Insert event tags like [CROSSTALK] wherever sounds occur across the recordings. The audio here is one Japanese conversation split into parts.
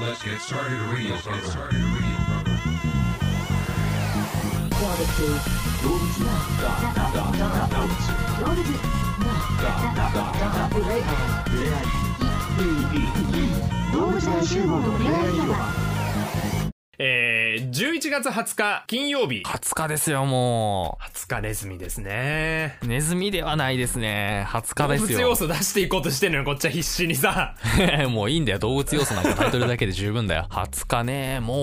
Let's get started radio. Let's get started radio. Bye. えー、11月20日金曜日。 20日ですよ、も20日ネズミですね。う。ネズミではないですね。20日動です物よ要。素出していこうとしてるのにこっちは必死にさ。 [LAUGHS] もういいんだよ。動物要素なんかタイトルだけで十分だよ。20日ね、もう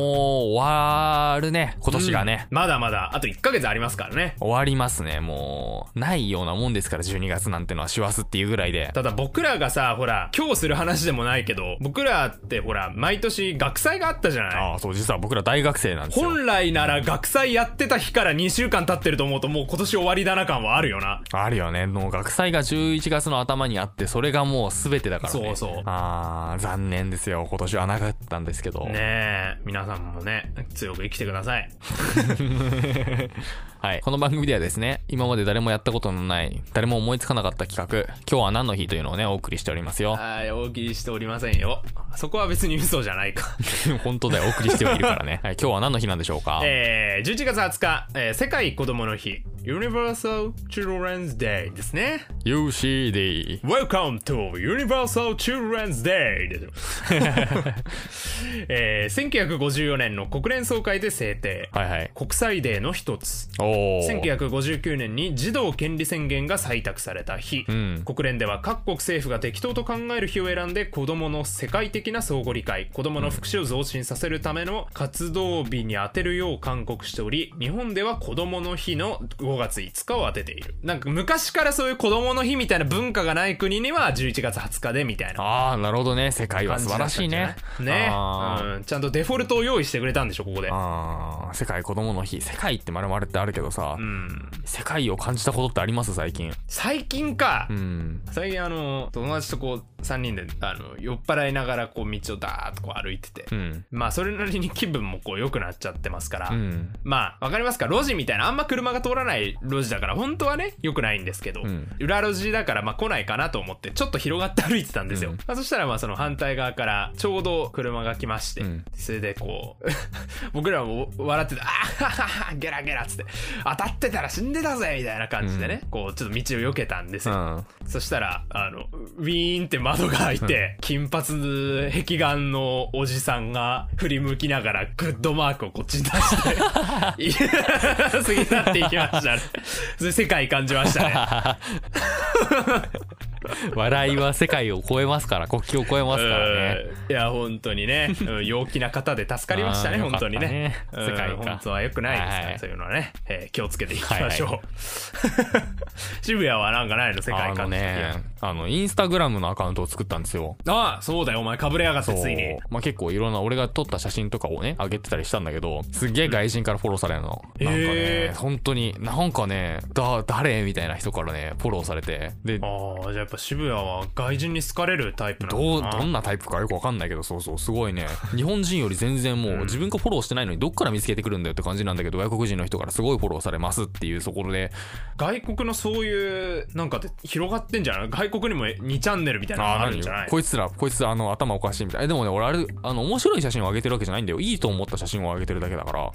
終わるね。今年がね。まだまだ、あと1ヶ月ありますからね。終わりますね、もう。ないようなもんですから、12月なんてのは師走っていうぐらいで。ただ僕らがさ、ほら、今日する話でもないけど、僕らってほら、毎年学祭があったじゃないああ、そう、実は僕ら大学生なんですよ。本来なら学祭やってた日から2週間経ってると思うともう今年終わりだな感はあるよな。あるよね。もう学祭が11月の頭にあって、それがもう全てだからね。そうそうああ、残念ですよ。今年はなかったんですけど。ねえ、皆さんもね、強く生きてください。はい。この番組ではですね、今まで誰もやったことのない、誰も思いつかなかった企画、今日は何の日というのをね、お送りしておりますよ。はい、大喜利しておりませんよ。そこは別に嘘じゃないか。本当だよ、お送りしてはいるから [LAUGHS] ね。はい、今日は何の日なんでしょうか、えー、11月20日、えー世界子供の日、Universal Children's Day ですね。 ?UCD。 Welcome to Universal Children's Day! [LAUGHS] えー、1954年の国連総会で制定。はいはい。国際デーの一つ。おー。 1959年に児童権利宣言が採択された日、ん国連では各国政府が適当と考える日を選んで子どもの世界的な相互理解子どもの福祉を増進させるための活動日に当てるよう勧告しており日本では子どもの日の5月5日を当てているなんか昔からそういう子どもの日みたいな文化がない国には11月20日でみたいなあー、なるほどね。世界は感じだっ素晴たらんしじいゃないね。ねあーうん、ちゃんとデフォルトを用意してくれたんでしょここであー世界子供の日。世界って丸々ってあるけどさ、うん世界を感じたことってあります最近。最近か、うん。最近あの友達とこう3人であの酔っ払いながらこう道をダーッとこう歩いてて、うん。まあそれなりに気分もこう良くなっちゃってますから、うん。まあわかりますか路地みたいなあんま車が通らない路地だから本当はね良くないんですけど、ん裏路地だからまあ来ないかなと思ってちょっと広がって歩いてたんですよ、うんまあ、そしたらまあその反対側からちょうど車が来まして、うんそれでこう [LAUGHS] 僕らも笑ってて「あはははゲラゲラ」っつって「当たってたら死んでたぜ」みたいな感じでね、こうちょっと道を避けたんですうよ、ん。そしたら、あの、ウィーンって窓が開いて、金髪壁眼のおじさんが振り向きながらグッドマークをこっちに出 [LAUGHS] して、いや過ぎ去っていきましたね。それ世界感じましたね。笑いは世界を超えますから、国境を超えますからね。うんいや、本当にね、うん陽気な方で助かりましたね、 [LAUGHS] あー本当にね。ようんかったね世界か本当は良くないですから、はいはいそういうのはね、えー気をつけていきましょう。はい [LAUGHS] 渋谷はなんかないの、世界あの観じね、あの、インスタグラムのアカウントを作ったんですよ。ああ、そうだよ、お前、かぶれやがっそて、うついに。。まあ、結構いろんな、俺が撮った写真とかをね、上げてたりしたんだけど、すっげえ外人からフォローされるの。なんかね、へー本当に、なんかね、だ、誰みたいな人からね、フォローされて。で、ああ、じゃあやっぱ渋谷は外人に好かれるタイプなどのう、かなどんなタイプかよくわかんないけど、そうそう、すごいね。日本人より全然もう、自分がフォローしてないのに、どっから見つけてくるんだよって感じなんだけど、外国人の人からすごいフォローされますっていう、そこで、外国のそういう、なんかで広がってんじゃない外国にも2チャンネルみたいなのあがああ、るん何じゃないこいつら、こいつら、あの、頭おかしいみたい。えでもね、俺、あれ、あの、面白い写真を上げてるわけじゃないんだよ。いいと思った写真を上げてるだけだから。あ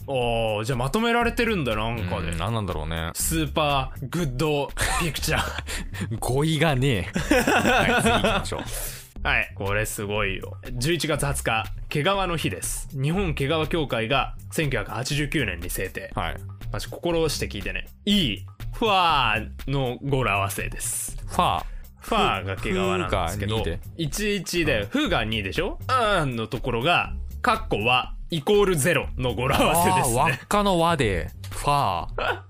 あ、じゃあまとめられてるんだ、なんかで。うん、何なんだろうね。スーパーグッドピクチャー。 [LAUGHS] 語彙がねえ。はい、次行きましょう。 [LAUGHS] はい。これすごいよ。11月20日、毛皮の日です。日本毛皮協会が1989年に制定。はい。マジ心をして聞いてね。いい、ふわーの語呂合わせです。ファー。ファーが毛皮なんですけふどーが2で、 11で、フーが2でしょあーんのところが、カッコは、イコールゼロの語呂合わせです輪ねっ。かの輪で、ファー。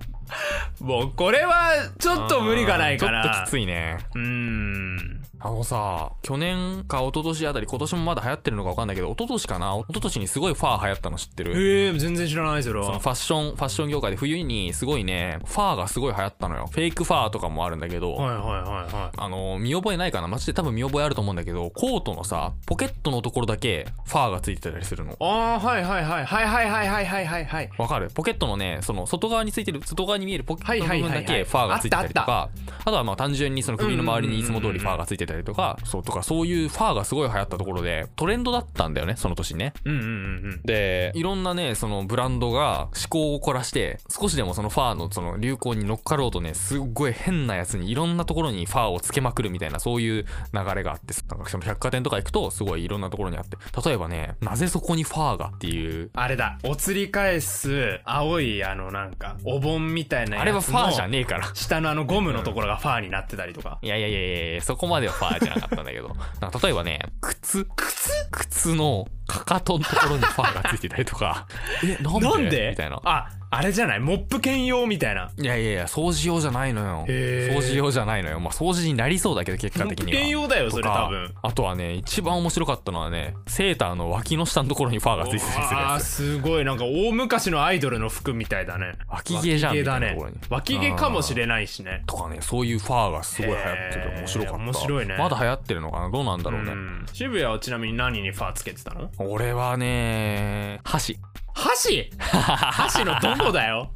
もうこれは、ちょっと無理がないかな。ちょっときつい。いね。うーん。あのさ、去年か一昨年あたり、今年もまだ流行ってるのかわかんないけど、一昨年かな一昨年にすごいファー流行ったの知ってるええー、全然知らないそれそのは。ファッション、ファッション業界で冬にすごいね、ファーがすごい流行ったのよ。フェイクファーとかもあるんだけど、はいはいはいはい。あの、見覚えないかな街で多分見覚えあると思うんだけど、コートのさ、ポケットのところだけ、ファーがついてたりするの。ああー、はいはいはい。はいはいはいはいはいはいはい。わかるポケットのね、その外側についてる、外側に見えるポケットの部分はいはだいはいはけいファーがついてたりとあったか、あとはまあ単純にその首の周りにいつも通りファーがついてたりとかそうとかそういうファーがすごい流行ったところでトレンドだったんだよねその年ねうんうんうんでいろんなねそのブランドが思考を凝らして少しでもそのファーのその流行に乗っかろうとねすっごい変なやつにいろんなところにファーをつけまくるみたいなそういう流れがあってなんかその百貨店とか行くとすごいいろんなところにあって例えばねなぜそこにファーがっていうあれだお釣り返す青いあのなんかお盆みたいなやつのあれはファーじゃねえから下のあのゴムのところがファーになってたりとかいやいやいやいやいや、そこまではファーじゃなかったんだけど。 [LAUGHS] なんか例えばね、靴、靴靴のかかとのところにファーがついてたりとか。 [LAUGHS] え、なんでなんでみたいな。ああれじゃないモップ兼用みたいないやいやいや、掃除用じゃないのよ。へー掃除用じゃないのよ。まあ掃除になりそうだけど、結果モッ的プには。兼用だよそとれか多分あとはね、一番面白かったのはね、セーターの脇の下のところにファーがついてたりするあやーつ。すごいなんか大昔のアイドルの服みたいだね脇毛じゃんだみたいなねところに脇毛かもしれないしねとかね、そういうファーがすごい流行ってて面白かった。へー面白いねまだ流行ってるのかなどうなんだろうね。うん渋谷はちなみに何にファーつけてたの俺はね、箸。箸箸のどこだ [LAUGHS] よ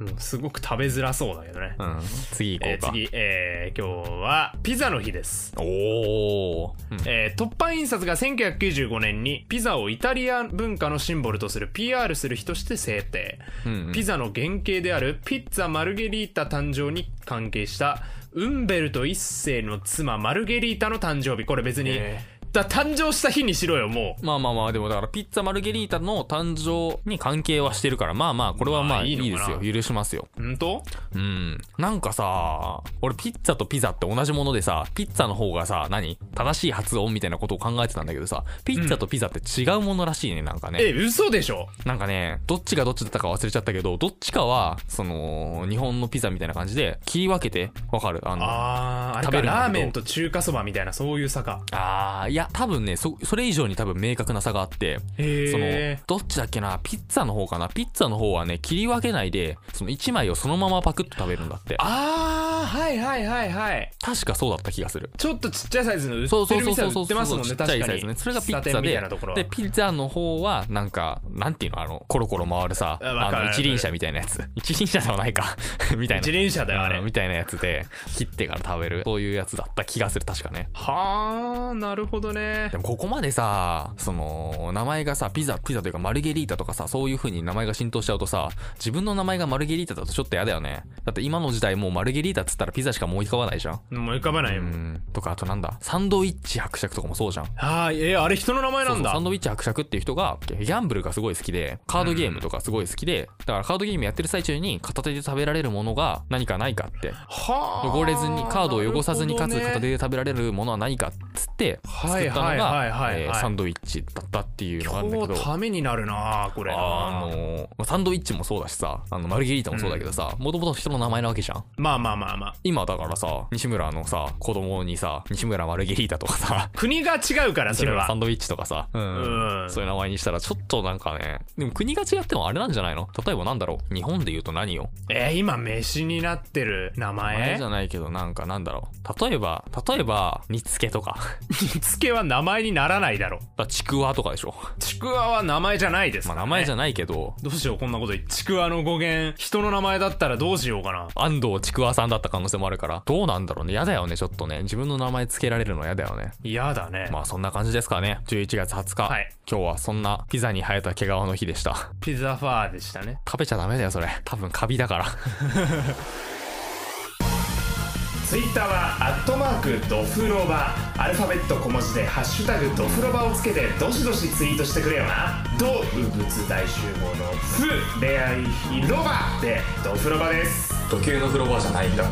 もうすごく食べづらそうだけど [LAUGHS] ね、うん。次行こえうーか。次、えー今日はピザの日ですおお、えー突版印刷が1995年にピザをイタリア文化のシンボルとする PR する日として制定、んうんピザの原型であるピッツァ・マルゲリータ誕生に関係したウンベルト一世の妻マルゲリータの誕生日これ別に、へだ誕生した日にしろよもうまあまあまあでもだからピッツァマルゲリータの誕生に関係はしてるからまあまあこれはままああいいいいのかなですよ許しますよ本当うんなんかさ俺ピッツァとピザって同じものでさピッツァの方がさ何正しい発音みたいなことを考えてたんだけどさピッツァとピザって違うものらしいねなんかね、え嘘でしょなんかねどっちがどっちだったか忘れちゃったけどどっちかはその日本のピザみたいな感じで切り分けてわかるあのあーあれ食べかるんだけどラーメンと中華そばみたいなそういう差かあーいや多分ねそそれ以上に多分明確な差があってそのへえどっちだっけなピッツァの方かなピッツァの方はね切り分けないでその1枚をそのままパクッと食べるんだってああはいはいはいはい確かそうだった気がするちょっとちっちゃいサイズの売っそうそてうるそう店そは売うそうってますもんちねっちゃ確いかサイにズねそれがピッツ喫茶店みたいなとこァろででピッツァの方はなんかなんていうのあのコロコロ回るさあわかあるの一輪車みたいなや [LAUGHS] つ一輪車ではないか [LAUGHS] みたいな一輪車だよあれうんみたいなやつで切ってから食べるそういうやつだった気がする確かねはあなるほどねでもここまでさ、その、名前がさ、ピザ、ピザというかマルゲリータとかさ、そういう風に名前が浸透しちゃうとさ、自分の名前がマルゲリータだとちょっと嫌だよね。だって今の時代もうマルゲリータっつったらピザしか思い浮かばないじゃん。もう浮かばないうもん、ん。とか、あとなんだ、サンドイッチ伯爵とかもそうじゃん。ああえーあれ人の名前なんだそうそうサンドイッチ伯爵っていう人がギャンブルがすごい好きでカードゲームとかすごい好きで、だからカードゲームやってる最中に片手で食べられるものが何かないかってはあ汚れずにカードを汚さずにかつなるほ片ど手ねで食べられるものは何かっつっては作いったのはいはいがはいえはーいサンドイッチだったっていうのがあるんだ今け日ど。ためになるなこれあのまあサンドイッチもそうだしさあのマルゲリータもそうだけどさもともと人の名前なわけじゃんまあまあまあまあ今だからさ西村のさ子供にさ西村マルゲリータとかさ国が違うからそ西れ [LAUGHS] 村サはンドイッチとかさ、うんそういう名前にしたらちょっとなんかねでも国が違ってもあれなんじゃないの例えばなんだろう日本で言うと何よえー、今飯になってる名名前前じゃないけどなんかなんだろう例えば例えば煮付けとか [LAUGHS] 煮付けは名前にならないだろだちくわとかでしょちくわは名前じゃないですまかあらね、名前じゃないけどどうしようこんなこと言ってちくわの語源人の名前だったらどうしようかな安藤ちくわさんだった可能性もあるからどうなんだろうねやだよねちょっとね自分の名前つけられるのやだよね嫌だね、まあそんな感じですかね11月20日、はい今日はそんなピザに生えた毛皮の日でしたピザファーでしたね食べちゃダメだよそれ多分カビだからツイッターはアットマークドフロバアルファベット小文字で「ハッシュタグドフロバ」をつけてどしどしツイートしてくれよな動物大集合の「フ」恋愛広場でドフロバです時計の風呂場じゃないんだ